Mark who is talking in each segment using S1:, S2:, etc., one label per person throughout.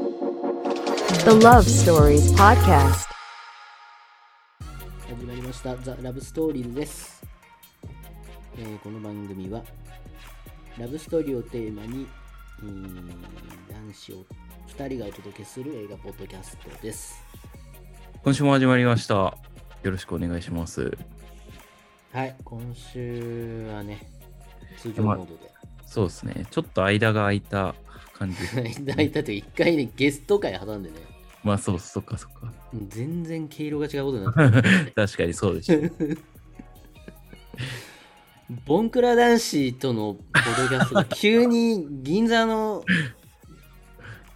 S1: The Love Stories Podcast.
S2: 始まりました「ザ・ラブストーリーズ」です、えーこの番組はラブストーリーをテーマにうーん男子を2人がお届けする映画ポッドキャストです
S3: 今週も始まりました。よろしくお願いします。
S2: はい今週はね通常モードで
S3: そうですね。ちょっと間が空いた感じ。
S2: 大体と1回ねゲスト会挟んでね
S3: まあそう、そっかそっか。
S2: うん全然毛色が違うことになってる
S3: 確かにそうでした。
S2: ボンクラ男子とのポッドキャストが急に銀座 の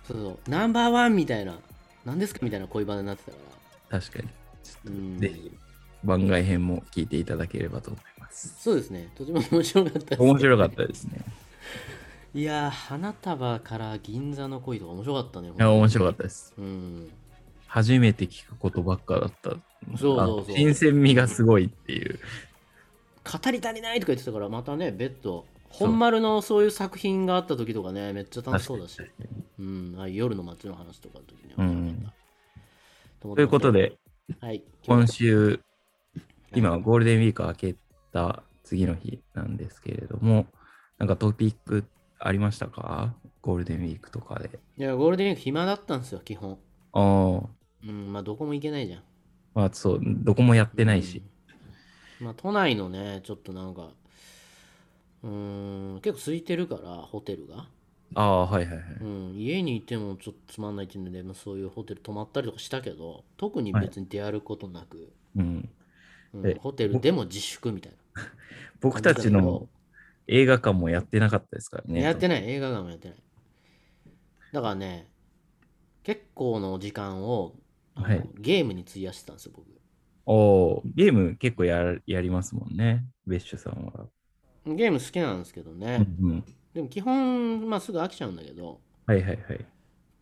S2: そうそうナンバーワンみたいな何ですかみたいな恋バナになってたから
S3: 確かに。ち
S2: う
S3: ょっ
S2: ん
S3: とぜひ番外編も聞いていただければと思います。
S2: そうですね。とても面白かったです。
S3: 面白かったですね。
S2: いやー、花束から銀座の恋とか面白かったね。
S3: いや、面白かったです。
S2: うん。
S3: 初めて聞くことばっかだった。
S2: そうそうそう
S3: あの新鮮味がすごいっていう。
S2: 語り足りないとか言ってたから、またね、別途、本丸のそういう作品があった時とかね、めっちゃ楽しそうだし、うん、ああいう夜の街の話とかの時には面白かった、
S3: ということで、
S2: はい、
S3: 今週、今、ゴールデンウィーク明けた次の日なんですけれども、なんかトピックありましたかゴールデンウィークとかで。
S2: いや、ゴールデンウィーク暇だったんですよ、基本。
S3: ああ、
S2: うん、まあ、どこも行けないじゃん。
S3: まあそう、どこもやってないし。
S2: うんまあ、都内のね、ちょっとなんか、うーん、結構空いてるから、ホテルが。
S3: ああ、はいはいはい。
S2: うん、家にいてもちょっとつまんないっていうので、まあ、そういうホテル泊まったりとかしたけど、特に別に出歩くことなく、
S3: うん、
S2: うん
S3: え
S2: ホテルでも自粛みたい
S3: 僕たちの映画館もやってなかったですから
S2: な。
S3: ね。
S2: やってない、映画館もやってない。だからね、結構の時間を、あの
S3: はい
S2: ゲームに費やしてたんですよ、僕。
S3: おーゲーム結構やらやりますもんね、ベッシュさんは。
S2: ゲーム好きなんですけどね、
S3: うんうん、
S2: でも基本、まあ、すぐ飽きちゃうんだけど、
S3: はいはいはい。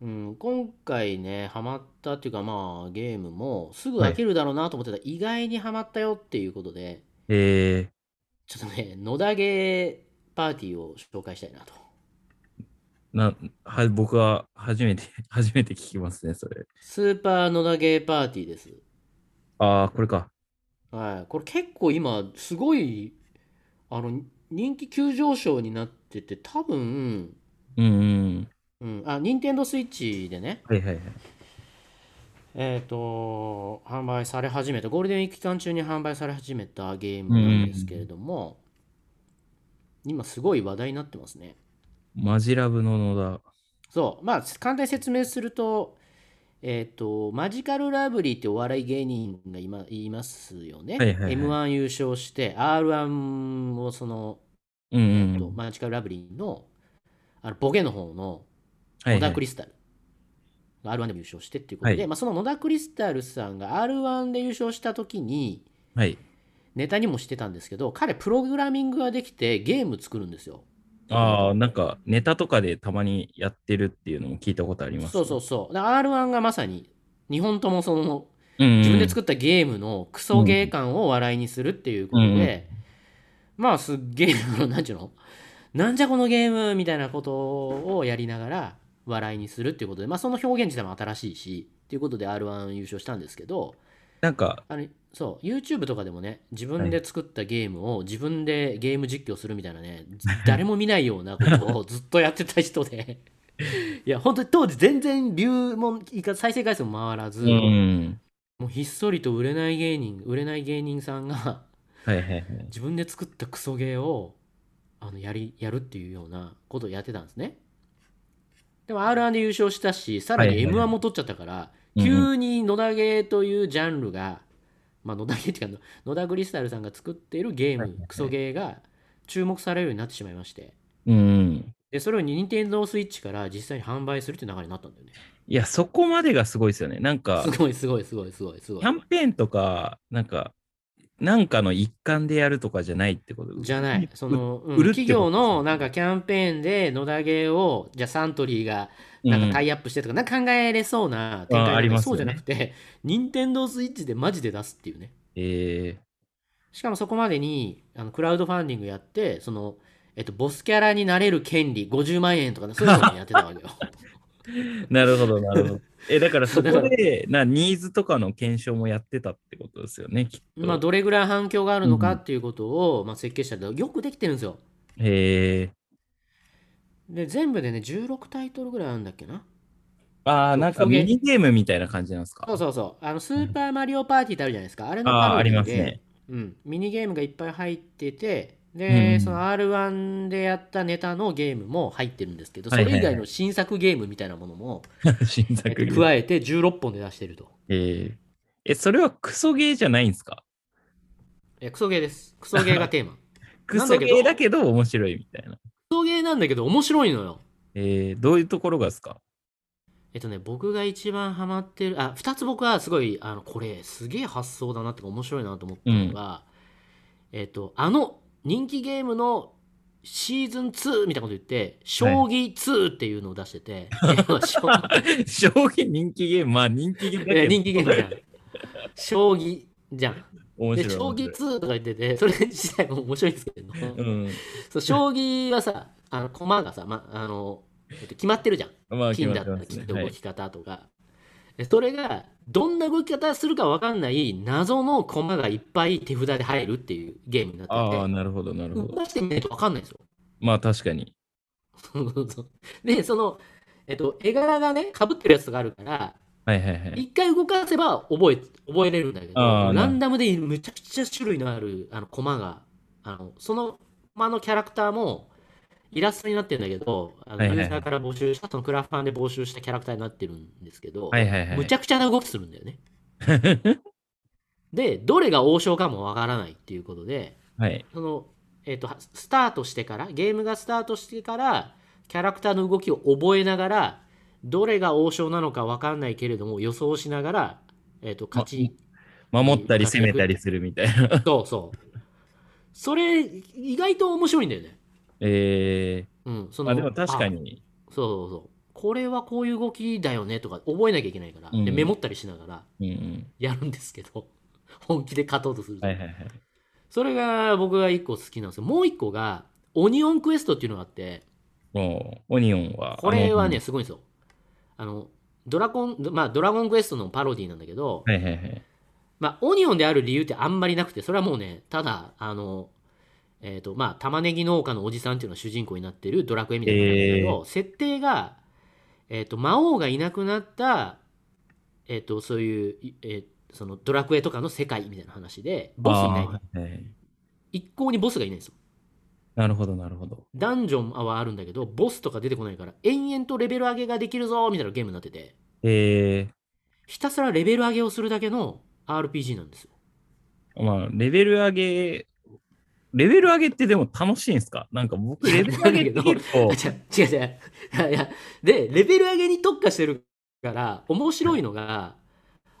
S2: うん、今回ね、ハマったっていうか、まあ、ゲームもすぐ飽きるだろうなと思ってた、意外にハマったよっていうことで、
S3: え
S2: ちょっとね、野田ゲーパーティーを紹介したいなと。
S3: ー、なは僕は初めて、 初めて聞きますね、それ。
S2: スーパー野田ゲーパーティーです。
S3: ああ、これか。
S2: はい。これ結構今、すごい、あの、人気急上昇になってて、多分、
S3: うんうん。
S2: うん、あ、任天堂スイッチでね、
S3: はいはいはい。
S2: えっと、販売され始めた、ゴールデンウィーク期間中に販売され始めたゲームなんですけれども、今すごい話題になってますね。
S3: マジラブの野田。
S2: そう、まあ、簡単に説明すると、えっ、と、マジカルラブリーってお笑い芸人が今いますよね。
S3: はいはいはい
S2: M1 優勝して、R1 をその、
S3: うんう
S2: え
S3: ん
S2: っ
S3: う
S2: と
S3: ん。
S2: マジカルラブリーのあのボケの方の
S3: は
S2: 野
S3: いは
S2: 田
S3: い
S2: クリスタルが R1 でも優勝してっていうことで、
S3: はい
S2: まあ、その野田クリスタルさんが R1 で優勝した時に、
S3: はい。
S2: ネタにもしてたんですけど、彼、プログラミングができてゲーム作るんですよ。
S3: ああ、なんかネタとかでたまにやってるっていうのも聞いたことあります。
S2: そうそううそう。で R1 がまさに、2本ともその
S3: うんうん。
S2: 自分で作ったゲームのクソゲー感を笑いにするっていうことで、
S3: うんうん
S2: まあすっげえあのなんちゅうのなんじゃこのゲームみたいなことをやりながら笑いにするっていうことでまあその表現自体も新しいしっていうことで r 1優勝したんですけど
S3: なんか、
S2: あれそう YouTube とかでもね自分で作ったゲームを自分でゲーム実況するみたいなねず誰も見ないようなこと をずっとやってた人でいや本当に当時全然ビューもいか再生回数も回らず、
S3: うん。
S2: もうひっそりと売れない芸人売れない芸人さんが
S3: はいはいはい。
S2: 自分で作ったクソゲーをあのやりやるっていうようなことをやってたんですねでも R1 で優勝したしさらに
S3: はいはい
S2: M1 も取っちゃったから、
S3: うんうん
S2: 急に野田ゲーというジャンルが、まあ、野田ゲーっていうか野田クリスタルさんが作っているゲーム、
S3: はいはいはい
S2: クソゲーが注目されるようになってしまいまして
S3: うんうん。
S2: でそれを任天堂スイッチから実際に販売するっていう流れになったんだよね
S3: いや、そこまでがすごいですよね。なんか、
S2: すごいすごいすごいすごいすごい
S3: キャンペーンとか、なんか、なんかの一環でやるとかじゃないってこと
S2: じゃない。そ、の、うん
S3: 売るって
S2: 企
S3: こ
S2: 業
S3: と
S2: のなんかキャンペーンで野田ゲーを、じゃあサントリーが
S3: う
S2: なんかタ
S3: い
S2: イアップしてとか、なんか考えれそうな展開なん
S3: あありますよね
S2: そうじゃなくて、任天堂スイッチでマジで出すっていうね。
S3: え
S2: しかもそこまでにあのクラウドファンディングやって、その、えっと、ボスキャラになれる権利50万円とかね、そういうのもやってたわけよ。
S3: なるほど、なるほど。え、だからそこ で、な、ニーズとかの検証もやってたってことですよね、きっと。
S2: まあ、どれぐらい反響があるのかっていうことを、まあ、設計者でよくできてるんですよ。
S3: へえ。
S2: で、全部でね、16タイトルぐらいあるんだっけな。
S3: ああ、なんか
S2: そこで
S3: ミニゲームみたいな感じなんですか。
S2: そうそうそう。あの、スーパーマリオパーティーってあるじゃないですか。あれの
S3: ああ、
S2: パロ
S3: あ
S2: デ
S3: り
S2: ィ
S3: ま
S2: です
S3: ね。
S2: うん、ミニゲームがいっぱい入ってて、
S3: う
S2: で、
S3: ん
S2: その R1 でやったネタのゲームも入ってるんですけど、そ
S3: はい
S2: れ
S3: はいはい
S2: 以外の新作ゲームみたいなものも、
S3: 新
S2: えっと
S3: 作
S2: 加えて16本で出してると。
S3: えーえ、それはクソゲーじゃないんですか
S2: えクソゲーです。クソゲーがテ ーマ。ク
S3: クソゲーだけど面白いみたいな。
S2: ソゲーなんだけど面白いのよ。
S3: えー、どういうところがですか
S2: えっとね、僕が一番ハマってる、あ、二つ僕はすごい、あの、これ、すげえ発想だなってか面白いなと思ったのが、えっと、あの、人気ゲームのシーズン2みたいなこと言って、将棋2っていうのを出してて、将棋
S3: 将棋人気ゲーム、まあ人気ゲームだ
S2: いや
S3: けど
S2: 人気ゲームじゃん。将棋じゃん。
S3: 面
S2: で、
S3: 白い。
S2: 将棋2とか言ってて、それ自体も面白いんですけど、そう将棋はさ、あの駒がさ、ま、あの、えっと決まってるじゃん。
S3: うん。まあ、
S2: 金だっ
S3: 決
S2: た
S3: まっ
S2: ら
S3: てます
S2: 金
S3: ね
S2: の
S3: はい
S2: 動き方とか。えそれが、どんな動き方するかわかんない謎の駒がいっぱい手札で入るっていうゲームになって
S3: ああ、
S2: て、
S3: なるほど、なるほ
S2: 動
S3: ど。
S2: かしてみないとわかんないんですよ。
S3: まあ確かに。
S2: そうそうそう で、その、えっと、絵柄がね、かぶってるやつがあるから、
S3: はいはいはい。
S2: 一回動かせば覚え覚えれるんだけど
S3: あー
S2: ランダムでむちゃくちゃ種類のあるあの駒があのその駒のキャラクターもイラストになってるんだけどあの
S3: はい
S2: ユ
S3: はいはい
S2: ーザーから募集したそのクラファンで募集したキャラクターになってるんですけど、
S3: はいはいはい。
S2: むちゃくちゃな動きするんだよねでどれが王将かもわからないっていうことで
S3: はい。
S2: その、えっとスタートしてからゲームがスタートしてからキャラクターの動きを覚えながらどれが王将なのか分かんないけれども予想しながら、えっと勝ち
S3: 守ったり攻めたりするみたいな。
S2: そうそうそれ意外と面白いんだよね
S3: え
S2: うんその
S3: ー、まあでも確か
S2: あ
S3: に。
S2: そうそうそうこれはこういう動きだよねとか覚えなきゃいけないから、
S3: うん
S2: でメモったりしながら
S3: うんうん。
S2: やるんですけど本気で勝とうとすると、
S3: はいはいはい。
S2: それが僕が1個好きなんですよもう1個がオニオンクエストっていうのがあって
S3: もう、オニオンは。
S2: これは
S3: あ
S2: ね、すごいんですよ。あの、ドラゴン、まあ、ドラゴンクエストのパロディなんだけど、
S3: の、はいはいはい。
S2: まあ、オニオンである理由ってあんまりなくて、それはもうね、ただ、あの、えっ、と、まあ、玉ねぎ農家のおじさんっていうのが主人公になってるドラクエみたいな感じなんだけど、設定が、えっ、と、魔王がいなくなった、えっ、と、そういう、いえーそのドラクエとかの世界みたいな話で、ボスいないの。
S3: あーはいはい
S2: 一向にボスがいないんですよ。
S3: なるほど、なるほど。
S2: ダンジョンはあるんだけど、ボスとか出てこないから、延々とレベル上げができるぞみたいなゲームになってて。
S3: え
S2: ひたすらレベル上げをするだけの RPG なんですよ。
S3: ー、まあ、レベル上げ、レベル上げってでも楽しいんですかなんか僕、レベル上げって結構
S2: あ、違う違う違う。いやいや、で、レベル上げに特化してるから、面白いのが、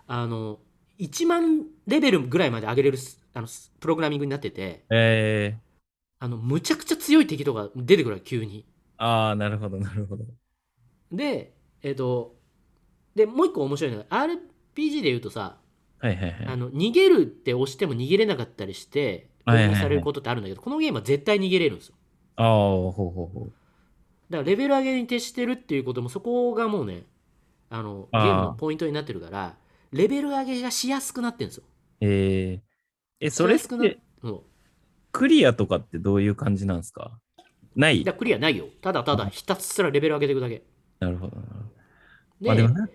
S2: あの、1万レベルぐらいまで上げれるすあのすプログラミングになってて、
S3: えー、
S2: あの、むちゃくちゃ強い敵とか出てくるわけ急に。
S3: ああ、なるほど、なるほど。
S2: で、えっ、と、で、もう一個面白いのが、RPG で言うとさ、
S3: はいはいはい
S2: あ。の逃げるって押しても逃げれなかったりして、攻
S3: はいはいはい
S2: 撃されることってあるんだけど、このゲームは絶対逃げれるんですよ
S3: ああ、ほうほうほう。
S2: だからレベル上げに徹してるっていうこともそこがもうねあのゲ
S3: あー
S2: ームのポイントになってるからレベル上げがしやすくなってるんですよ。
S3: えー、え、それっ
S2: しやすくな
S3: て
S2: そ
S3: クリアとかってどういう感じなんですかな
S2: う
S3: い
S2: だからクリアないよ。ただただひたすらレベル上げていくだけ。
S3: なるほどなるほど。
S2: で,、
S3: まあでもな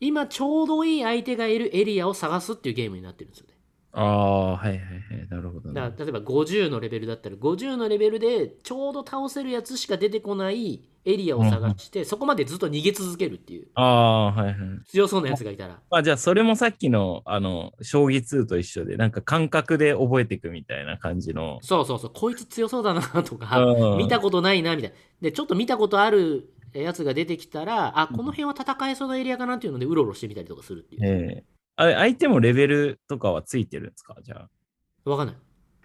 S2: 今ちょうどいい相手がいるエリアを探すっていうゲームになってるんですよね。
S3: ああ、はいはいはい。なるほどな
S2: だから例えば50のレベルだったら50のレベルでちょうど倒せるやつしか出てこないエリアを探して、そこまでずっと逃げ続けるっていう
S3: ああ、はいはい。
S2: 強そうなやつがいたら。
S3: まあじゃあ、それもさっきの、あの、将棋2と一緒で、なんか感覚で覚えていくみたいな感じの。
S2: そうそうそう、こいつ強そうだなとか、
S3: うん
S2: 見たことないなみたいな。で、ちょっと見たことあるやつが出てきたら、あ、この辺は戦えそうなエリアかなっていうので、うろうろしてみたりとかするっていう。
S3: ええあれ、相手もレベルとかはついてるんですかじゃ
S2: わかんない。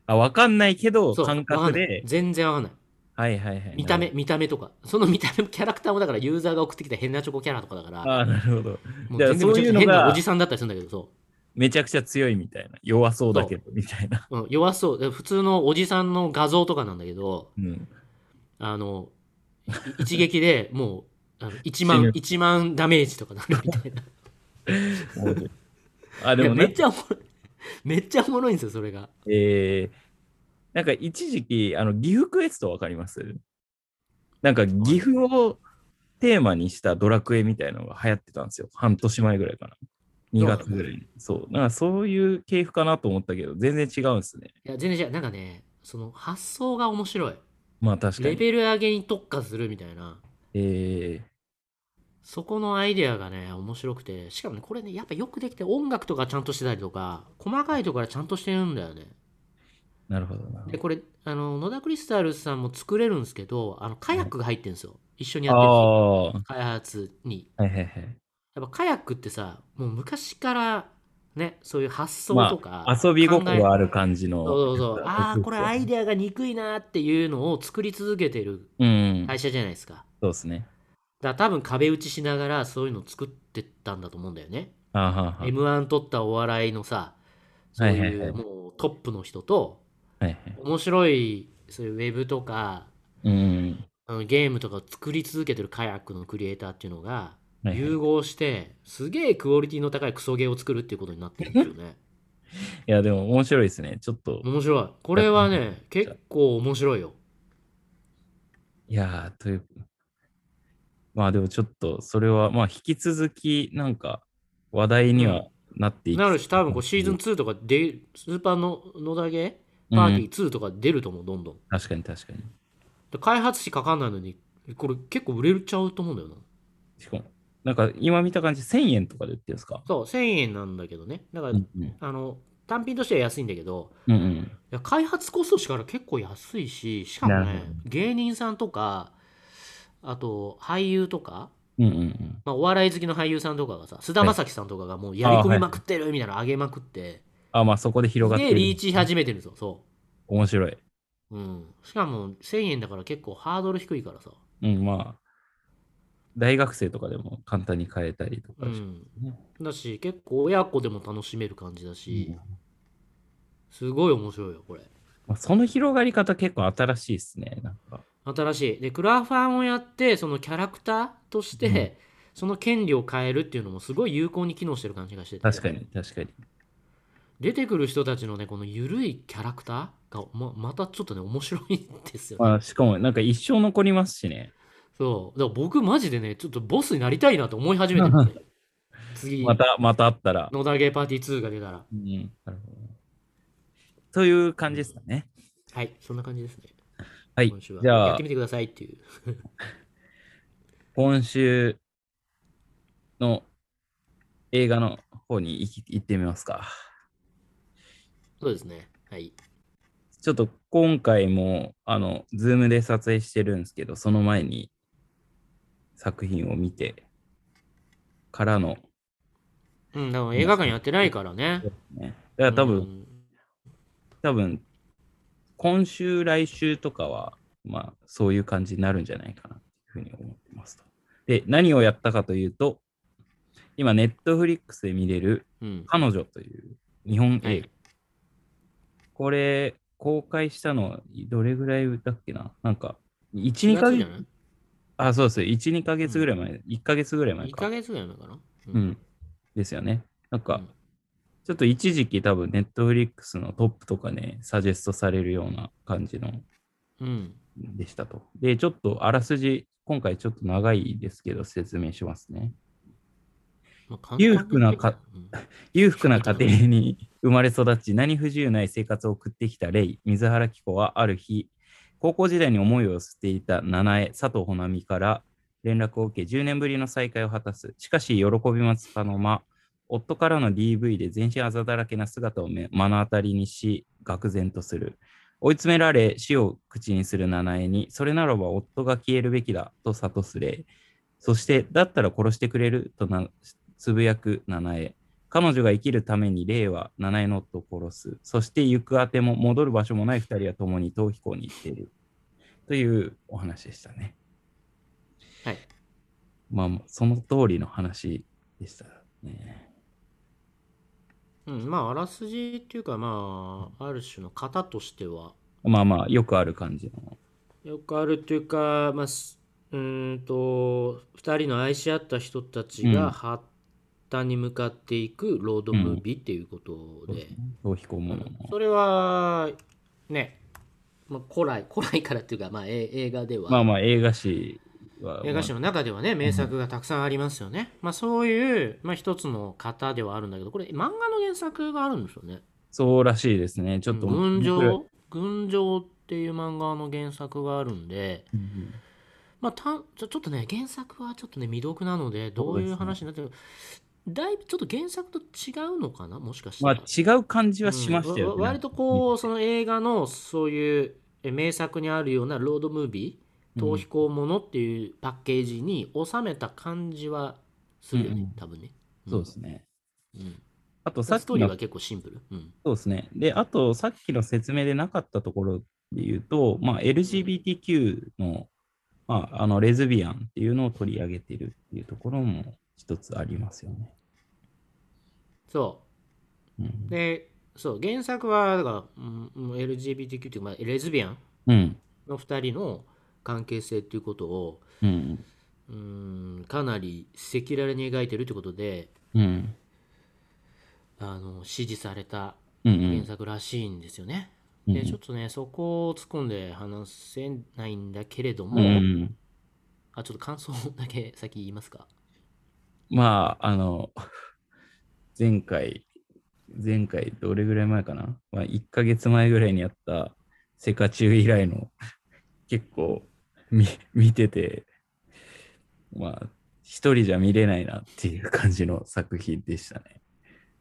S3: あ。あ、わかんないけど、
S2: そう、
S3: 感
S2: わか
S3: 覚
S2: んない
S3: で。
S2: 全然わかんない。
S3: はいはいはい。
S2: 見た目、
S3: なる
S2: 見た目とか。その見た目、キャラクターもだからユーザーが送ってきた変なチョコキャラとかだか
S3: ほど。
S2: ら、
S3: ああ、なるほど。
S2: もう
S3: じゃあ
S2: 全然めちゃくちゃ
S3: そういう
S2: 変
S3: のが
S2: なおじさんだったりするんだけど、そ
S3: めちゃくちゃ強いみたいな。弱そうだけど、みたいな。
S2: う。うん、弱そう。で普通のおじさんの画像とかなんだけど、
S3: うん。
S2: あの、い一撃でもう、 あの1
S3: 死
S2: 万
S3: ぬ
S2: 1万ダメージとかなるみたいな
S3: あ、で も
S2: いやめ
S3: ね
S2: っ、ちゃおもろいめっちゃおもろいんですよそれが
S3: えー、なんか一時期、あの、岐阜クエストわかりますなんか岐阜をテーマにしたドラクエみたいなのが流行ってたんですよ。半年前ぐらいかな。2月ぐらいに。そう。なんかそういう系譜かなと思ったけど、全然違うんですね。
S2: いや全然違うなんかねその発想が面白い
S3: まあ確か
S2: レ
S3: に。
S2: ベル上げに特化するみたいな
S3: え
S2: そこのアイデアがね面白くてしかもねこれねやっぱよくできて音楽とかちゃんとしてたりとか細かいところからちゃんとしてるんだよね
S3: ー、なるほどな。
S2: でこれあの野田クリスタルさんも作れるんですけどあのカヤックが入ってるんですよ一緒にや
S3: あ
S2: ってるんですよ
S3: あ、は
S2: 開発に
S3: いはいはい。
S2: やっぱカヤックってさもう昔からねそういう発想とか、
S3: 遊び心がある
S2: じ
S3: 感じの。
S2: そうそうそうあ あこれアイ
S3: デ
S2: デアが憎いなっていうのを作り続けてる
S3: ア。うん。
S2: 会社じゃないですか
S3: そうですね。
S2: だから多分壁打ちしながらそういうの作ってったんだと思うんだよね
S3: あーはーはー
S2: m 1取ったお笑いのさそう
S3: はいはい
S2: い
S3: は
S2: う
S3: い
S2: もうトップの人と
S3: はいはい。
S2: 面白いそういうウェブとか
S3: うん。
S2: あのゲームとかを作り続けてるカヤックのクリエイターっていうのが
S3: はいはい
S2: 融
S3: い
S2: 合してすげえクオリティの高いクソゲーを作るっていうことになってるんですよ ね
S3: や、でも面白いですね。ちょっと。
S2: 面白いこれはね結構面白いよ
S3: いやー、という。まあでもちょっと、それは、まあ引き続き、なんか、話題にはなっていき
S2: なるし多分こうシーズン2とかでスーパーの野田ゲーパーティー2とか出ると思うどんどん
S3: 確かに確かに。
S2: で開発費かかんないのにこれ結構売れちゃうと思うんだよな
S3: しかも、なんか今見た感じ、1000円とかで売ってるんですか
S2: そう1000円なんだけどねだから、
S3: うんうん。
S2: あの単品としては安いんだけど
S3: うんうん。
S2: いや開発コストしから結構安いししかも
S3: なる
S2: ね
S3: ほど
S2: 芸人さんとかあと俳優とか、
S3: うんうんうん。
S2: まあ、お笑い好きの俳優さんとかがさ菅田将暉さんとかがもうやり込みまくってるみたいなの上げまくって、
S3: あ、まあそこで広がって
S2: でリー
S3: る。
S2: チ始めてるんですよそう
S3: 面白い。
S2: うん、しかも1000円だから結構ハードル低いからさ、
S3: うん、まあ、大学生とかでも簡単に買えたりとか
S2: う
S3: し、
S2: ん
S3: ね、
S2: だし結構親子でも楽しめる感じだし、すごい面白いよこれ
S3: まあ、その広がり方結構新しいですね。なんか。
S2: 新しいでクラファンをやってそのキャラクターとして、
S3: うん
S2: その権利を変えるっていうのもすごい有効に機能してる感じがしてて
S3: 確かに、確かに。
S2: 出てくる人たちのねこの緩いキャラクターがままたちょっとね面白いんですよね、
S3: まあ、しかも、なんか一生残りますしね。
S2: そうだから僕マジでねちょっとボスになりたいなと思い始めてるん ですよ次
S3: また、またあったら。
S2: 野田ゲーパーティー2が出たら
S3: うん、なるほど。という感じですかね。
S2: はいそんな感じですね
S3: はい
S2: 今週。は
S3: じゃ
S2: やっ
S3: あ
S2: てみ、てくださいっていう。
S3: 今週の映画の方に行き行ってみますか。
S2: そうですね。はい。
S3: ちょっと今回も、あの、ズームで撮影してるんですけど、その前に作品を見てからの、
S2: うん、だから映画館やってないからね。
S3: ね、だから多分、
S2: うん
S3: 多分、今週、来週とかは、まあ、そういう感じになるんじゃないかなというふうに思ってますと。で、何をやったかというと、今、ネットフリックスで見れる、
S2: うん。
S3: 彼女という日本映画。
S2: はい
S3: これ、公開したの、どれぐらいだっけななんか、1、
S2: 1
S3: 2ヶ月、あ、そうです。1、2ヶ月ぐらい前、1ヶ月ぐらい前
S2: ?1
S3: か
S2: ヶ。月ぐらい前かな。
S3: う。ん。ですよね。なん
S2: う
S3: か
S2: ん、
S3: ちょっと一時期多分、ネットフリックスのトップとかね、サジェストされるような感じの
S2: うん。
S3: でしたと。で、ちょっとあらすじ、今回ちょっと長いですけど、説明しますね。
S2: まあ
S3: 裕福なか。
S2: うん
S3: 裕福な家庭に生まれ育ち、何不自由ない生活を送ってきたレイ、水原希子はある日、高校時代に思いを捨てていた七重、佐藤穂波から連絡を受け、10年ぶりの再会を果たす。しかし、喜びもつかの間、夫からの DV で全身あざだらけな姿を目目の当たりにし、愕然とする。追い詰められ、死を口にする七重に、それならば夫が消えるべきだと諭すレイ。そして、だったら殺してくれるとなつぶやく七重。彼女が生きるために霊は七重の夫を殺す。そして行くあても戻る場所もない二人は共に逃避行に行っている。というお話でしたね。
S2: はい。
S3: まあ、その通りの話でしたね。
S2: うん、まあ、あらすじっていうか、まあ、ある種の型としては、
S3: まあまあ、よくある感じの。
S2: よくあるっていうか、まあ、すうーんと2人の愛し合った人たち
S3: うん
S2: が発端に向かっていくロードムービーっていうことで、
S3: 逃避行もの
S2: それはね、まあ、古来古来からっていうか、まあ、え映画では、
S3: まあまあ映画史は。
S2: 映画史の中ではね名作がたくさんありますよね、まあ、そういう、まあ、一つの型ではあるんだけどこれ漫画の原作があるんですよね
S3: そうらしいですね。ちょっと。
S2: 群
S3: 面白い
S2: 青群青っていう漫画の原作があるんで、
S3: うん
S2: まあ、たんちょちょっとね原作はちょっとね未読なのでどういう話になってるかだいぶちょっと原作と違うのかなもしかして、
S3: まあ違う感じはしましたよ、ね
S2: うんわわ割とこうその映画のそういうえ名作にあるようなロードムービー逃避行ものっていうパッケージに収めた感じはするよ
S3: うんう
S2: ね
S3: ん、
S2: 多分ね、ん
S3: そうですね。
S2: うん
S3: あとさっ
S2: ス
S3: き
S2: トーリー
S3: の
S2: は結構シンプル、うん
S3: そうですね。で、あと、さっきの説明でなかったところで言うと、まあ、LGBTQ の,、まあ、あのレズビアンっていうのを取り上げてるっていうところも一つありますよね。
S2: そう
S3: うん。
S2: でそう原作はだから、うんうん、LGBTQ っていうか、まあ、レズビアン
S3: うん。
S2: の2人の関係性っていうことを
S3: うん。
S2: うんかなり赤裸々に描いてるってことで
S3: うん。
S2: あの支持された
S3: うん。う
S2: 原
S3: ん
S2: 作らしいんですよね。
S3: うん
S2: でちょっとねそこを突っ込んで話せないんだけれども、
S3: うん。
S2: あちょっと感想だけ先言いますか。
S3: まあ、あの、前回、前回、どれぐらい前かな、まあ、?1 ヶ月前ぐらいにやった、セカチュウ以来の、結構見、見てて、まあ、一人じゃ見れないなっていう感じの作品でしたね。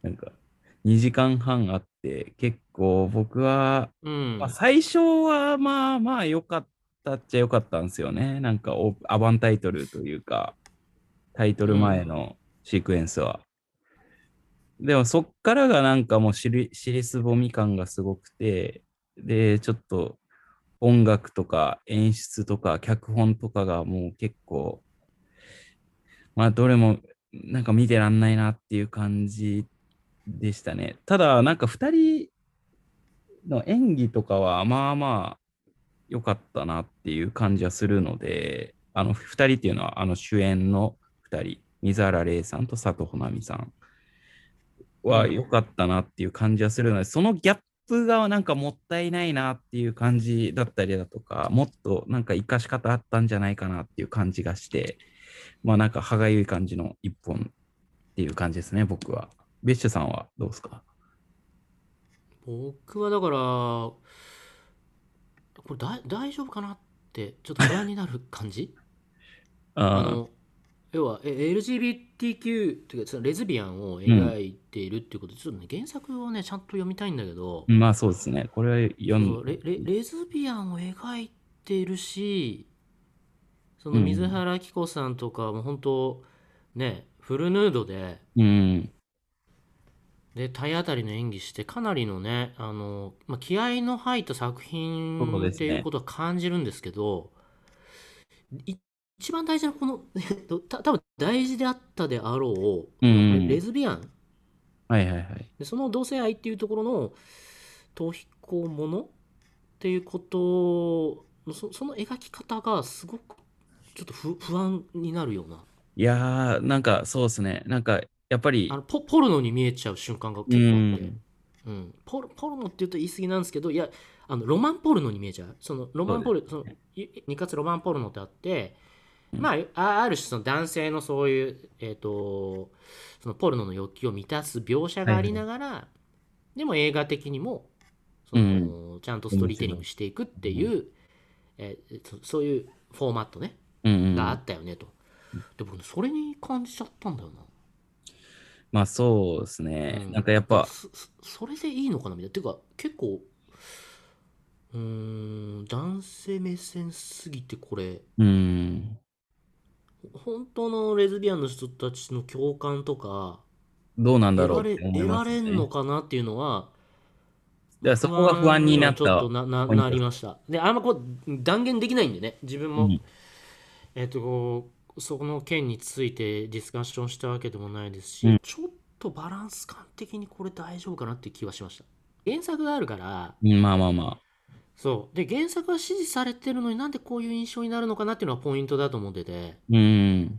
S3: なんか、2時間半あって、結構僕は、
S2: うん
S3: まあ、最初はまあまあ良かったっちゃ良かったんですよね。なんかオープアバンタイトルというか、タイトル前のシークエンスは。でもそっからがなんかもう尻尻すぼみ感がすごくて、で、ちょっと音楽とか演出とか脚本とかがもう結構、まあどれもなんか見てらんないなっていう感じでしたね。ただなんか2人の演技とかはまあまあ良かったなっていう感じはするので、あの2人っていうのはあの主演の2人、水原玲さんと佐藤穂奈美さんは良かったなっていう感じはするので、そのギャップがなんかもったいないなっていう感じだったりだとか、もっとなんか生かし方あったんじゃないかなっていう感じがして、まあなんか歯がゆい感じの一本っていう感じですね、僕は。ベッシュさんはどうですか
S2: 僕はだからこれだ大丈夫かなってちょっと不安になる感じあ
S3: あ
S2: の要はえ LGBTQ というかそのレズビアンを描いているっていうことで、ちょっとね原作をねちゃんと読みたいんだけど、
S3: あまあそうですね。これは読
S2: そ
S3: ん
S2: うレレレズビアンを描いているしその
S3: うん
S2: 水原希子さんとかも本当ねフルヌードで
S3: うん。
S2: で体当たりの演技してかなりのねあの、まあ、気合の入った作品
S3: そうで
S2: っ
S3: す
S2: て
S3: ね
S2: いうことは感じるんですけどい一番大事なこのえっとた多分大事であったであろう、
S3: うん
S2: レズビアン
S3: はいはいはい。
S2: でその同性愛っていうところの逃避行ものっていうことのそその描き方がすごくちょっと不不安になるようない
S3: やー、なんかそうですね。なんかやっぱり
S2: あ、のポポルノに見えちゃう瞬間が
S3: う
S2: 結構あって、
S3: ん。
S2: うん、ポルポルノって言うと言い過ぎなんですけどいやあのロマンポルノに見えちゃうそのロマンポルそ、のい二括ロマンポルノってあって、
S3: うん
S2: まああある種その男性のそういう、えー、とそのポルノの欲求を満たす描写がありながら、でも映画的にもその、ちゃんとストーリーテリングしていくっていう、えーそそういうフォーマットね
S3: うんうん
S2: があったよねと、で僕ねそれに感じちゃったんだよな
S3: まあそうですね。
S2: うん
S3: なんかやっぱ、
S2: そそそれでいいのかなみたいなていうか結構うーん男性目線すぎてこれ
S3: うん。
S2: 本当のレズビアンの人たちの共感とか
S3: どうなんだ
S2: 得ら
S3: ろう
S2: れ
S3: って思い
S2: 得
S3: ま
S2: ら
S3: す
S2: れ
S3: ね。
S2: んのかなっていうのは
S3: だからそこが不安になっ
S2: ちょったと。なな
S3: ポイント
S2: なりましたであんまこう断言できないんでね自分も、
S3: うん
S2: えっ、とこうそこの件についてディスカッションしたわけでもないですし、
S3: うん
S2: ちょっとバランス感的にこれ大丈夫かなって気はしました原作があるから
S3: うんまあまあまあ。
S2: そう。で、原作は支持されてるのになんでこういう印象になるのかなっていうのはポイントだと思ってて。
S3: うん。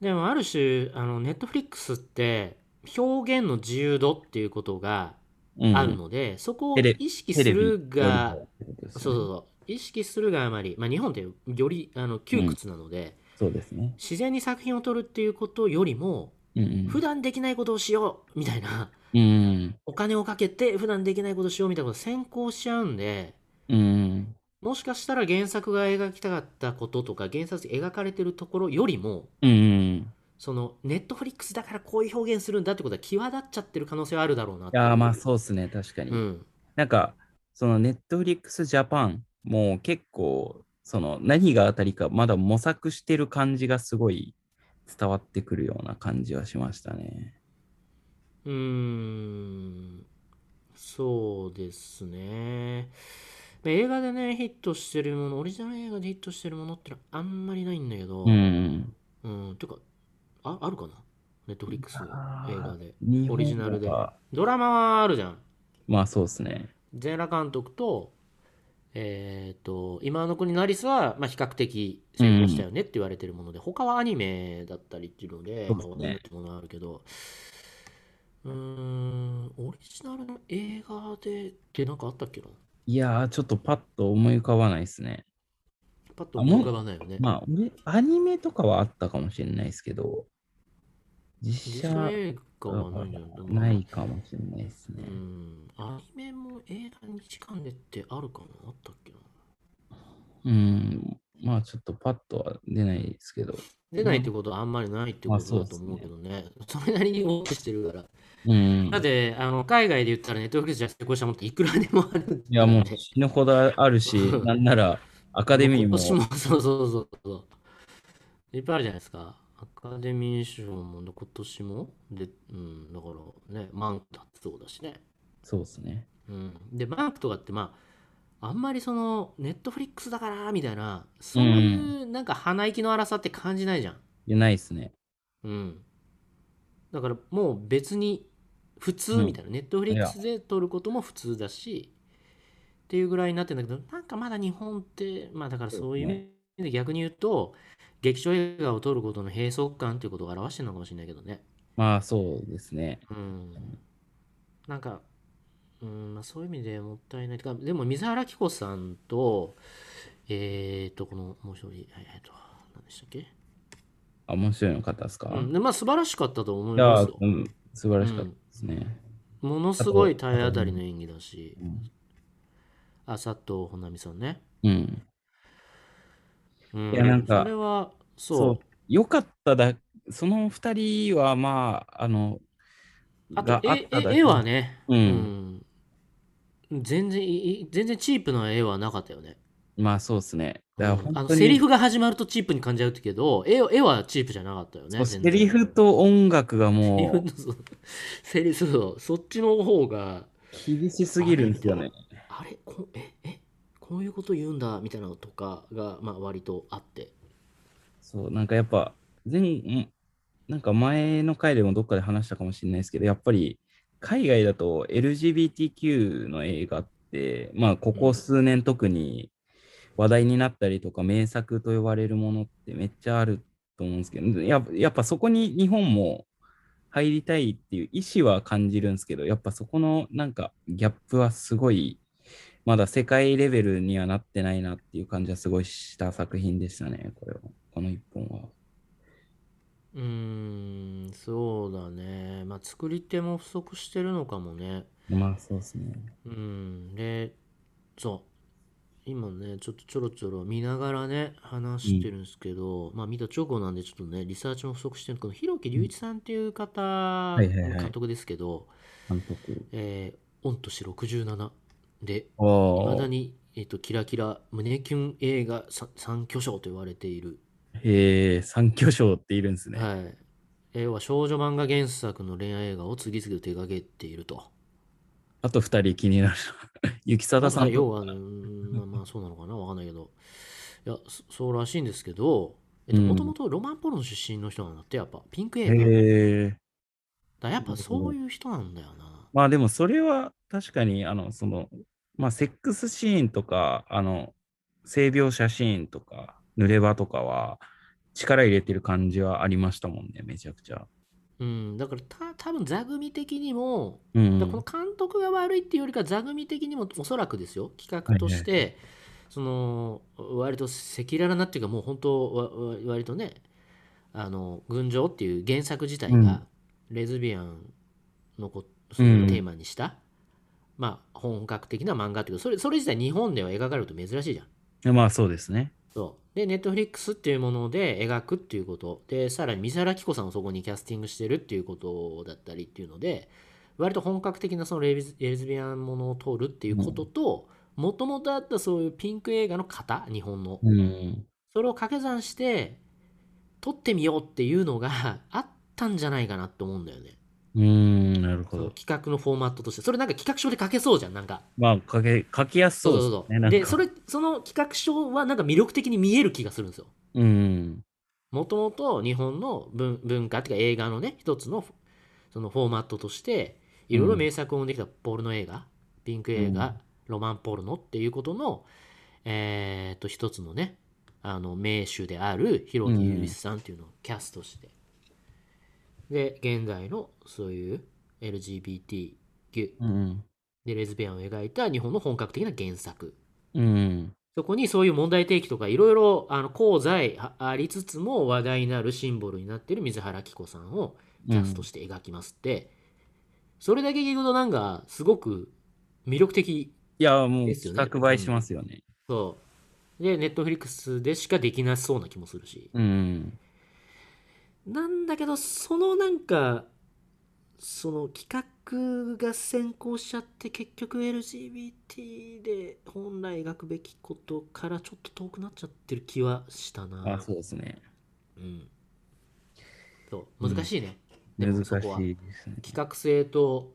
S2: でも、ある種、あの、ネットフリックスって、表現の自由度っていうことが
S3: うん
S2: あるので、そこを
S3: テレ
S2: 意識す
S3: テレビ
S2: るが、
S3: よりもってことです
S2: そ
S3: ね
S2: うそうそう。意識するがあまり、まあ、日本ってよりあの窮屈なので、
S3: そうですね。
S2: 自然に作品を撮るっていうことよりも、
S3: うんうん
S2: 普段できないことをしようみたいな、
S3: うん。
S2: お金をかけて普段できないことをしようみたいなこと先行しちゃうんで、
S3: うん。
S2: もしかしたら原作が描きたかったこととか、原作描かれてるところよりも、
S3: うん。い
S2: その、ネットフリックスだからこういう表現するんだってことが際立っちゃってる可能性はあるだろうなっていう
S3: やー、まあそうですね。確かに。
S2: うん。
S3: なんか、そのネットフリックスジャパンも結構、その何が当たりか、まだ模索してる感じがすごい伝わってくるような感じはしましたね。
S2: うーん、そうですね。まあ映画でね、ヒットしてるもの、オリジナル映画でヒットしてるものってのはあんまりないんだけど、
S3: うん。
S2: うん、てか、あ、あるかなネットフリックスの
S3: あー
S2: 映画で。
S3: 日
S2: オリジナルで
S3: 本は
S2: ドラマはあるじゃん。
S3: まあそうですね。
S2: 全裸監督と、えっ、と、今の国のアリスは、まあ、比較的成功したよねって言われてるもので、他はアニメだったりっていうので、
S3: そうですね
S2: まあ、話題ってものはあるけど、うーん、オリジナルの映画でってなんかあったっけない
S3: やー、ちょっとパッと思い浮かばないですね。
S2: パッと思い浮かばないよね。
S3: まあ、俺アニメとかはあったかもしれないですけど、実
S2: 実
S3: 写
S2: 写映画はないんじゃない
S3: はないかもしれないです
S2: う
S3: ね。
S2: ん、アニメも映画に時間でってあるかなあったっけな
S3: うん。まあちょっとパッとは出ないですけど。
S2: 出ないってことはあんまりないってこ
S3: まあ
S2: と
S3: そ
S2: だ
S3: うで
S2: と
S3: すね
S2: 思うけどね。それなりに応募してるから。
S3: うん。
S2: だって、あの、海外で言ったらネットフリックスじゃ成功したものっていくらでもあるんだよね、
S3: いや、もう死ぬほどあるしなんならアカデミー
S2: 今
S3: も
S2: 年も、そうそうそうそう。いっぱいあるじゃないですか。アカデミー賞も今年もで、うん、だからね、マンクだってそうだしね。
S3: そうですね。
S2: うん。で、マンクとかってまあ、あんまりその、ネットフリックスだから、みたいな、そういう、なんか鼻息の荒さって感じないじゃん。
S3: いやないですね。
S2: うん。だからもう別に普通
S3: うん
S2: みたいな、ネットフリックスで撮ることも普通だし、っていうぐらいになってんだけど、なんかまだ日本って、まあだからそういう
S3: そう
S2: 意味で逆に言うと、劇場映画を撮ることの閉塞感ということを表してるのかもしれないけどね。
S3: まあそうですね。
S2: うん。なんか、うんまあ、そういう意味でもったいないてか。でも水原希子さんと、えっ、と、このもう一人、えっ、と、何でしたっけ、
S3: あ、面白いの方ですか、
S2: うん、でまあ素晴らしかったと思い
S3: いや
S2: ます
S3: ー
S2: よ、。
S3: うん、素晴らしかったですね。
S2: ものすごい体当たりの演技だし、あ、佐藤穂波さんね。
S3: うん。
S2: うん、
S3: いやなんか
S2: それは、そう。
S3: そう。よかっただ、その二人はまあ、あの、
S2: あ
S3: が
S2: と、
S3: あっ
S2: 絵
S3: ただ
S2: 絵絵はね、
S3: う。
S2: うんん、全然いい、全然チープな絵はなかったよね。
S3: まあそうですね。だから
S2: うんあ
S3: 本
S2: の
S3: 当に
S2: セリフが始まるとチープに感じちゃうけど、絵絵はチープじゃなかったよね。
S3: そ
S2: 全
S3: うセ
S2: 然
S3: リフ、と音楽が
S2: セリ
S3: も
S2: フ
S3: う
S2: とそうセリフそうそっちの方が、
S3: 厳しすぎるんですよね。
S2: あれこえ、え、こういうこと言うんだみたいなのとかが、まあ、割とあって。
S3: そう、なんかやっぱ、前、んなんか前の回でもどっかで話したかもしれないですけど、やっぱり海外だと LGBTQ の映画って、まあ、ここ数年特に話題になったりとか、名作と呼ばれるものってめっちゃあると思うんですけど、ややっぱそこに日本も入りたいっていう意思は感じるんですけど、やっぱそこのなんかギャップはすごい、まだ世界レベルにはなってないなっていう感じはすごいした作品でしたね、これは。この一本は。
S2: うーん、そうだね。まあ、作り手も不足してるのかもね。
S3: まあそうですね。
S2: うん、で、そう。今ね、ちょっとちょろちょろ見ながらね、話してるんですけど、まあ見た直後なんで、ちょっとね、リサーチも不足してるこの広木隆一さんっていう方、
S3: いはいはい
S2: 監督ですけど、
S3: 監督。
S2: えー御年67で、いま
S3: あ
S2: だ
S3: あ。
S2: に、えっと、キラキラ胸キュン映画さ三巨匠と言われている
S3: へえ、三巨匠っているんですね。
S2: はい。要は少女漫画原作の恋愛映画を次々と手掛けていると。
S3: あと二人気になる な。雪貞さん
S2: 要
S3: と。
S2: は、うーんまあまあそうなのかなわかんないけど。いや、そそうらしいんですけど、えっと、
S3: うん
S2: もともとロマンポロの出身の人なんだって、やっぱ、ピンク映画。だか
S3: へえ。
S2: らやっぱそういう人なんだよな。
S3: まあでもそれは確かに、あの、その、まあ、セックスシーンとか、あの、性描写シーンとか、濡れ場とかは、力入れてる感じはありましたもんね、めちゃくちゃ。
S2: うん、だからた多分座組的にも、
S3: うん
S2: だ。からこの監督が悪いっていうよりか座組的にもおそらくですよ企画として、その割と赤裸々なっていうかもう本当わわ割とね「あの群青」っていう原作自体がレズビアンのこそういうのをテーマにした、まあ本格的な漫画っていうかそれそれ自体日本では描かれると珍しいじゃん。
S3: まあ、そうですね。
S2: そうで、ネットフリックスっていうもので描くっていうこと、で、さらに水原希子さんをそこにキャスティングしてるっていうことだったりっていうので、割と本格的なそのレズレズビアンものを通るっていうことと、もともとあったそういうピンク映画の型、日本の、
S3: うん。
S2: それを掛け算して、撮ってみようっていうのが あったんじゃないかなと思うんだよね。
S3: うん、なる
S2: そ
S3: ほ
S2: の
S3: ど。
S2: 企画のフォーマットとして。それなんか企画書で書けそうじゃん、なんか。
S3: まあ、書け、書きやすそう
S2: そうそうそ
S3: ですね。
S2: う。
S3: なんか
S2: で、それ、その企画書はなんか魅力的に見える気がするんですよ。
S3: うん。
S2: もともと日本の文文化っていうか映画のね一つのフォそのフォーマットとしていろいろ名作を生んできたポルノ映画ピンク映画、
S3: うん
S2: ロマンポルノっていうことのえーっと一つのねあの名手である広木雄一さんっていうのをキャストして、で現代のそういう LGBTQ
S3: うん。
S2: でレズビアンを描いた日本の本格的な原作
S3: うん。
S2: そこにそういう問題提起とかいろいろあの功罪あありつつも話題になるシンボルになってる水原希子さんをキャストして描きますって、それだけ聞くとなんかすごく魅力的
S3: いや、もう、
S2: ですよね
S3: 100倍しますよね。
S2: そうでネットフリックスでしかできなそうな気もするし
S3: うん。
S2: なんだけどそのなんかその企画が先行しちゃって結局 LGBT で本来描くべきことからちょっと遠くなっちゃってる気はしたな
S3: あ、そうですね。
S2: うんそううん難しいね、で
S3: 難
S2: も
S3: し
S2: そこはい
S3: ですね。
S2: 企画性と、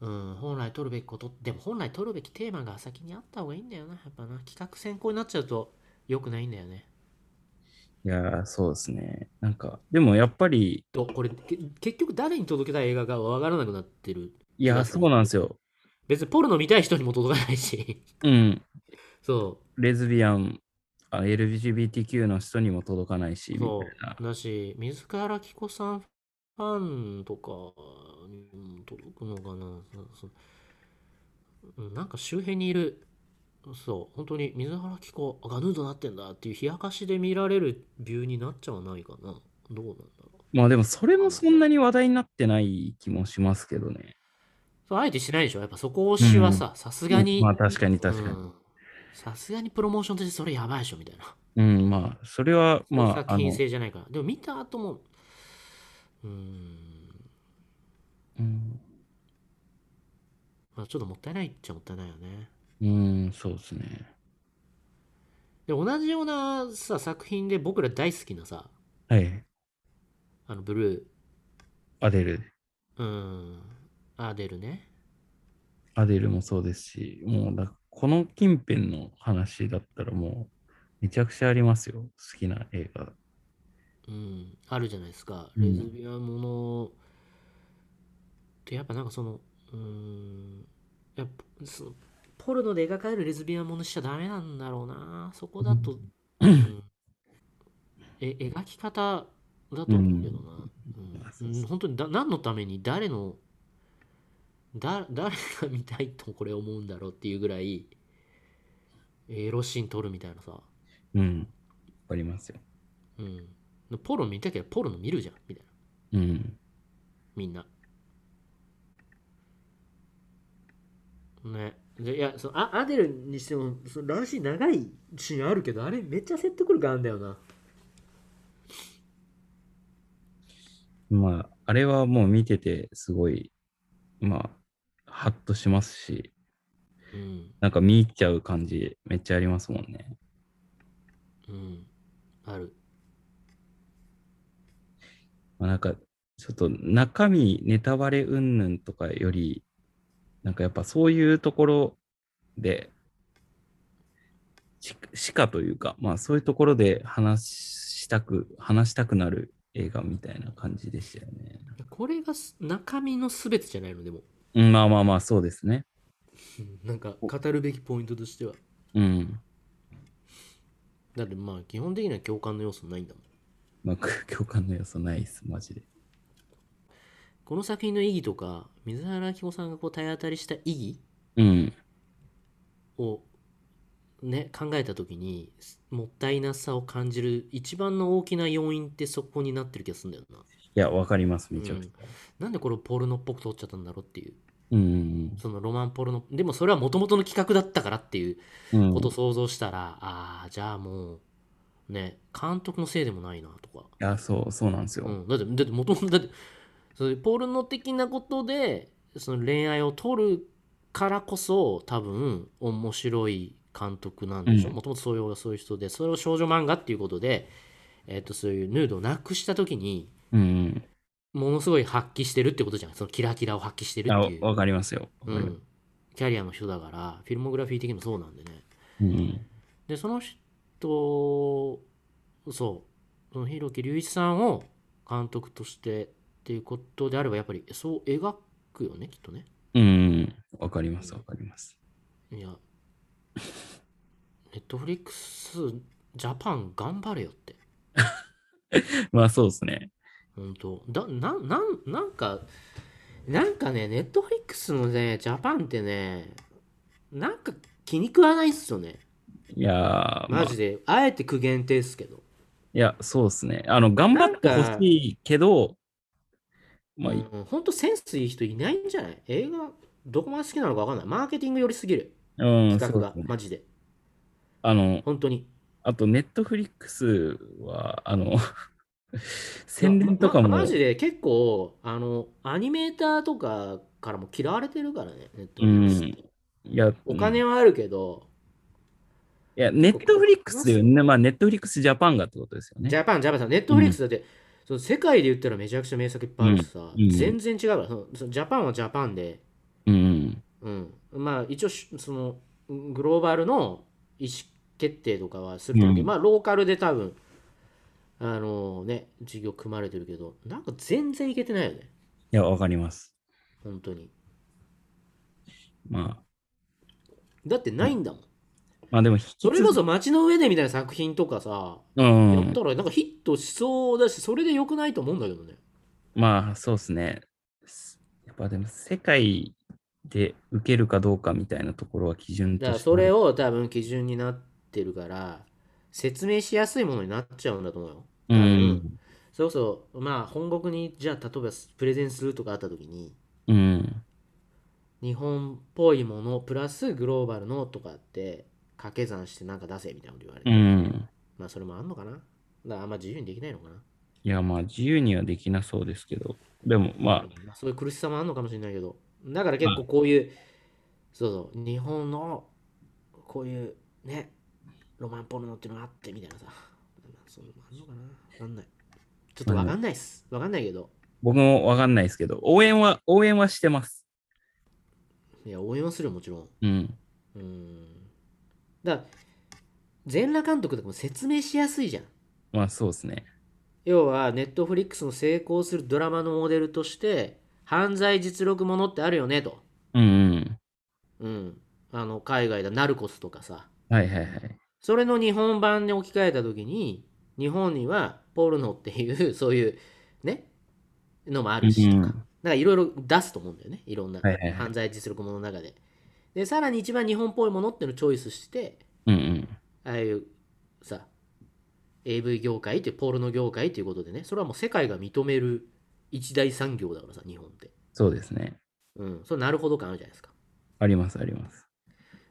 S2: うん、本来取るべきことでも本来取るべきテーマが先にあった方がいいんだよなやっぱな企画先行になっちゃうと良くないんだよね
S3: いやー、そうですね。なんか、でもやっぱり、
S2: とこれけ結局誰に届けたい映画が分からなくなってる
S3: いやー、
S2: そうですね
S3: そうなんですよ。
S2: 別にポルノ見たい人にも届かないし
S3: うん。
S2: そ
S3: レズビアン、あ LGBTQ の人にも届かないし、
S2: う
S3: み
S2: そ
S3: たいな。
S2: うだし水原希子さんファンとかにも届くのかなそそうんなんか周辺にいるそう本当に水原希子あガヌードなってんだっていう冷やかしで見られるビューになっちゃわないかなどうなんだろう
S3: まあでも、それもそんなに話題になってない気もしますけどね。
S2: そうあえてしないでしょやっぱそこ推しはささすがに
S3: まあ確かに確か
S2: う
S3: に。
S2: んさすがにプロモーションとしてそれやばいでしょみたいな
S3: うん、まあ、それは、まあ、
S2: 作
S3: あの
S2: 品、性じゃないからでも見た後もうーん、
S3: うん、
S2: まあ、ちょっともったいないっちゃもったいないよね
S3: うん、そうですね。
S2: で同じようなさ作品で僕ら大好きなさ
S3: はい。
S2: あのブル
S3: アデル。
S2: ーうーんアーデルね
S3: アデルもそうですし、もうだ、この近辺の話だったらもう、めちゃくちゃありますよ。好きな映画。
S2: うんあるじゃないですか
S3: うん
S2: レズビアンものってやっぱなんかそのうーんやっぱそのポルノで描かれるレズビアンものしちゃダメなんだろうなそこだと、うんえ描き方だと思うけどな、
S3: う
S2: うんんうん本当にだ何のために誰のだ誰が見たいとこれ思うんだろうっていうぐらいエロシーン撮るみたいなさ、
S3: うん。わかりますよ。
S2: うん、ポロ見たけどポロの見るじゃんみたいな
S3: うん。
S2: みんな。ね。でいや、そのアアデルにしても、その乱視長いシーンあるけど、あれめっちゃ説得力あるんだよな。
S3: まあ、あれはもう見てて、すごい、まあ、ハッとしますし、
S2: うん。
S3: なんか見入っちゃう感じ、めっちゃありますもんね。
S2: うん。ある。
S3: まあ、なんか、ちょっと中身、ネタバレ云々とかより、なんかやっぱそういうところで、ししかというか、まあそういうところで話したく、話したくなる映画みたいな感じでしたよね。
S2: これがす中身のすべてじゃないの、でも。
S3: うんまあまあまあ、そうですね。
S2: うんなんか語るべきポイントとしては
S3: うん。
S2: だってまあ基本的には共感の要素ないんだもん
S3: まあ、共感の要素ないです、マジで。
S2: この作品の意義とか水原希子さんがこう体当たりした意義
S3: うん。
S2: をね考えた時にもったいなさを感じる一番の大きな要因ってそこになってる気がするんだよな、
S3: いや、わかります、めちゃくちゃ。
S2: うん、なんでこれをポルノっぽく撮っちゃったんだろうっていう
S3: うん。
S2: そのロマンポルノでもそれはもともとの企画だったからっていう
S3: うん
S2: ことを想像したら、ああじゃあもうね監督のせいでもないなとか、
S3: いや、そう、そうなんですよ。
S2: うん、だってだってもともとだってそういうポルノ的なことでその恋愛を撮るからこそ多分面白い監督なんでしょ
S3: うん
S2: もともとそういうそういう人でそれを少女漫画っていうことで、えっとそういうヌードをなくした時に
S3: うん。
S2: ものすごい発揮してるってことじゃんそのキラキラを発揮してる
S3: あ
S2: っていう。
S3: わかりますよ。
S2: う
S3: わかりま
S2: ん、キャリアの人だからフィルモグラフィー的にもそうなんでね
S3: すうん。
S2: でその人そうその弘木隆一さんを監督としてっていうことであればやっぱりそう描くよねきっとね
S3: うん。わかります、わかります。
S2: いや ネットフリックスジャパン頑張れよって
S3: まあ、そうですね。
S2: 本当だななんなんかなんかねネットフリックスのねジャパンってねなんか気に食わないっすよね
S3: いやー、まあ
S2: マジで、あ、えて苦言呈すけど
S3: いや、そうですね。あの、頑張ってほしいけど、まあ、い
S2: うん、本当センスいい人いないんじゃない映画どこまで好きなのか分かんないマーケティング寄りすぎる
S3: うん、
S2: 企
S3: そ
S2: 画が、
S3: うですね
S2: マジで
S3: あの、
S2: 本当に
S3: あと、ネットフリックスは、あの、 宣伝とかも、
S2: まマジで結構あのアニメーターとかからも嫌われてるからねネットフリックスって
S3: いや、
S2: お
S3: うんい
S2: 金はあるけど、
S3: や、ネットフリックスで、ね、まあ、ネットフリックスジャパンがってことですよね。
S2: ジャパンジャパンさんネットフリックスだって、その世界で言ったらめちゃくちゃ名作いっぱいあるしさ、
S3: うんうん
S2: 全然違うからそのそのジャパンはジャパンで
S3: うん。
S2: うん、まあ一応しそのグローバルの意思決定とかはするけど、
S3: うん
S2: まあローカルで多分あのね事業組まれてるけどなんか全然いけてないよね
S3: いや、わかります。
S2: 本当に
S3: ま
S2: だってないんだもん、
S3: あ、まあ、でも引き
S2: そ
S3: 続き、
S2: れこそ街の上でみたいな作品とかさ、
S3: う
S2: やっ
S3: ん
S2: た。らなんかヒットしそうだしそれでよくないと思うんだけどね
S3: まあ、そうですね。すやっぱでも、世界で受けるかどうかみたいなところは基準と
S2: だから
S3: して
S2: それを多分基準になってるから説明しやすいものになっちゃうんだと思うよ
S3: う
S2: うん
S3: ん。
S2: それこそまあ本国にじゃあ例えばプレゼンするとかあった時に
S3: うん。
S2: 日本っぽいものプラスグローバルのとかって掛け算してなんか出せみたいなこと言われて、
S3: うん。
S2: まあそれもあんのかなだからあんま自由にできないのかな、
S3: いや、まあ、自由にはできなそうですけど、でも、まあ、
S2: まあそういう苦しさもあんのかもしれないけどだから結構こういう、そうそう日本のこういうねロマンポルノっていうのがあってみたいなさそういうのもあんのかなわかんないちょっとわかんないっすわかんないけど
S3: 僕もわかんないですけど、応援は、応援はしてます。
S2: いや応援はするよもちろん
S3: うん。
S2: うーんだから全裸監督とかも説明しやすいじゃん
S3: まあ、そうですね。
S2: 要はネットフリックスの成功するドラマのモデルとして犯罪実録ものってあるよねと、
S3: うんうん。
S2: うん、あの海外だナルコスとかさ
S3: はいはいはい。
S2: それの日本版に置き換えた時に日本にはポルノっていう そういうねのもあるしとか、
S3: うんうん
S2: なんかいろいろ出すと思うんだよねいろんな
S3: はいはいはい
S2: 犯罪実録ものの中で、でさらに一番日本っぽいものっていうのをチョイスして
S3: うんうん。
S2: ああいうさ AV 業界ってポールの業界ということでねそれはもう世界が認める一大産業だからさ日本って
S3: そうですね。
S2: うんそれなるほど感あるじゃないですか
S3: ありますあります。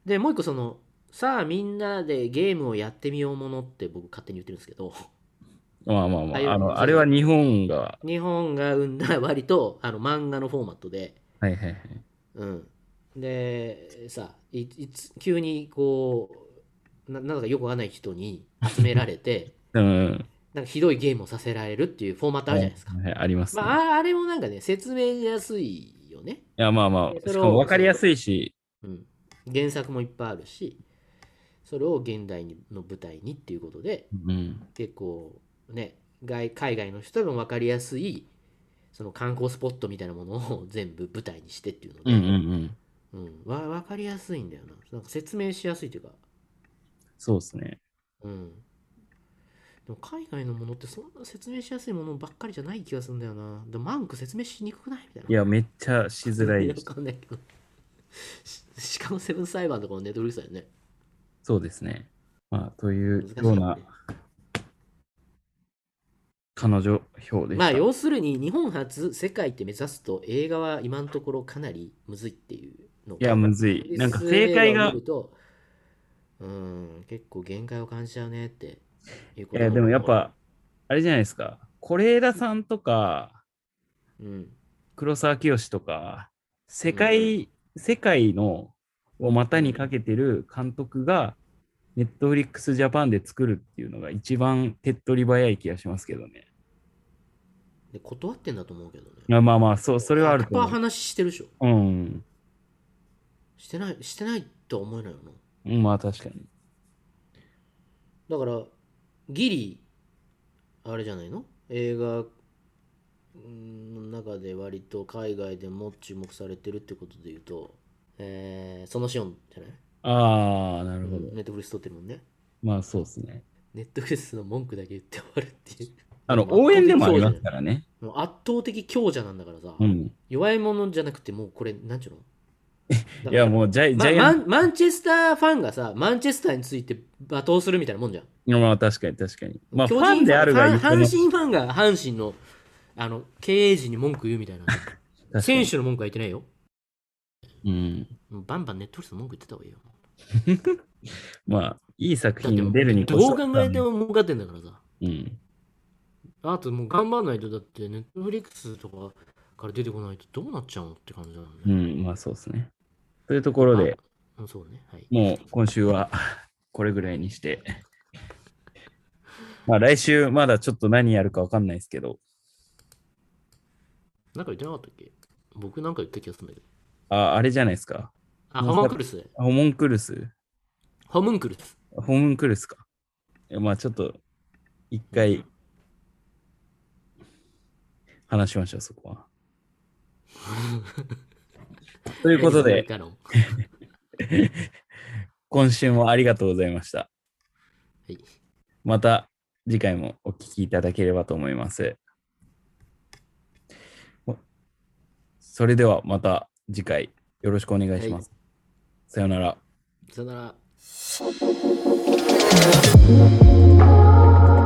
S2: でもう一個そのさあみんなでゲームをやってみようものって僕勝手に言ってるんですけど
S3: まあまあま
S2: ああいう
S3: あ、あ
S2: そう
S3: の、あれは日本が、
S2: 日本が生んだ割とあの漫画のフォーマットで
S3: はいはいはい。
S2: うんでさいいつ急にこうななんだかよくわかんない人に集められて
S3: うんうん。
S2: なんかひどいゲームをさせられるっていうフォーマットあるじゃないですか
S3: はいはいありますね。い
S2: まあ、ああれもなんかね、説明しやすいよね。
S3: や、まあま
S2: そ
S3: あ、
S2: れを
S3: しかもわかりやすいし、
S2: うん。原作もいっぱいあるし、それを現代の舞台にっていうことで、
S3: うん。
S2: 結構ね、外海外の人でも分かりやすい、その観光スポットみたいなものを 全部舞台にしてっていうの
S3: う
S2: で、
S3: んうんう
S2: う
S3: ん。
S2: ん、わ分かりやすいんだよななんか説明しやすいというか、
S3: そうですね。
S2: うん、でも海外のものってそんな説明しやすいものばっかりじゃない気がするんだよなでもマンク説明しにくくないみたいない
S3: や、めっちゃしづらい
S2: わ。かんないけど ししかもセブン裁判とかのネットフリックスだよね
S3: そうですね。まあ、という
S2: 難しい
S3: よ
S2: よ
S3: う
S2: ね
S3: な彼女表でした。
S2: まあ要するに日本初世界って目指すと映画は今のところかなりむずいっていうの
S3: いや、むずい。なんか正解が
S2: 見、るとうん結構限界を感じちゃうねっていうこと
S3: い
S2: な
S3: や、
S2: の
S3: でもやっぱ、あれじゃないですか。是枝さんとか、
S2: うん
S3: 黒沢清とか、世界、世界のを股にかけてる監督が、ネットフリックスジャパンで作るっていうのが一番手っ取り早い気がしますけどね。
S2: で断ってんだと思うけどね
S3: いやまあまあ、そう、それはあると
S2: 100%
S3: 思う。
S2: 話してるでしょ
S3: うん。
S2: してないしてないとは思えないよな
S3: うんまあ確かに。
S2: だからギリあれじゃないの映画うんの中で割と海外でも注目されてるってことで言うと、えー、そのシオンじゃない
S3: ああ、なるほど。
S2: ネットフリス撮ってるもんね
S3: まあそうですね。
S2: ネットフリスの文句だけ言って終わるっていう
S3: あの、
S2: まあ
S3: 応援で もありますからね。
S2: もう圧倒的強者なんだからさ、
S3: うん。
S2: 弱い者じゃなくてもうこれなんち ゅうのだ
S3: い
S2: から
S3: や、もうジャイ、ジ
S2: ま
S3: ャイ
S2: マ
S3: アン
S2: ンマンチェスターファンがさマンチェスターについて罵倒するみたいなもんじゃん
S3: ト、まあ確かに確かに。まあフ
S2: 巨人
S3: ァンであるが
S2: ファ
S3: ゆ
S2: ン
S3: えの
S2: 阪神ファンが阪神のあの経営陣に文句言うみた いな
S3: 確かに
S2: 選手の文句は言ってないよ
S3: うん。
S2: もうバンバンネットフリスの文句言ってた方がいいよ
S3: まあ、いい作
S2: だっても
S3: 品
S2: う
S3: 出るに越
S2: どう考えて
S3: も。
S2: も儲かってんだからさ
S3: うん。
S2: あともう頑張んないとだってネットフリックスとかから出てこないとどうなっちゃうのって感じだもんね、
S3: うん、まあそうですね。というところで、
S2: うん、そうねはい
S3: もう今週はこれぐらいにして。まあ来週まだちょっと何やるかわかんないですけど、
S2: なんか言ってなかったっけ僕なんか言った気がするんだけど
S3: ああれじゃないですか。
S2: あ
S3: まあ
S2: ホムンクルス
S3: ホモンクルス
S2: ホムンクルス
S3: ホムンクルスか。いやまあちょっと、一回、話しましょう、そこは。と
S2: と
S3: いうことで、
S2: は
S3: 今週もありがとうございました。
S2: い、
S3: また次回もお聞きいただければと思います。おそれではまた次回よろしくお願いします。さようなら。
S2: さよなら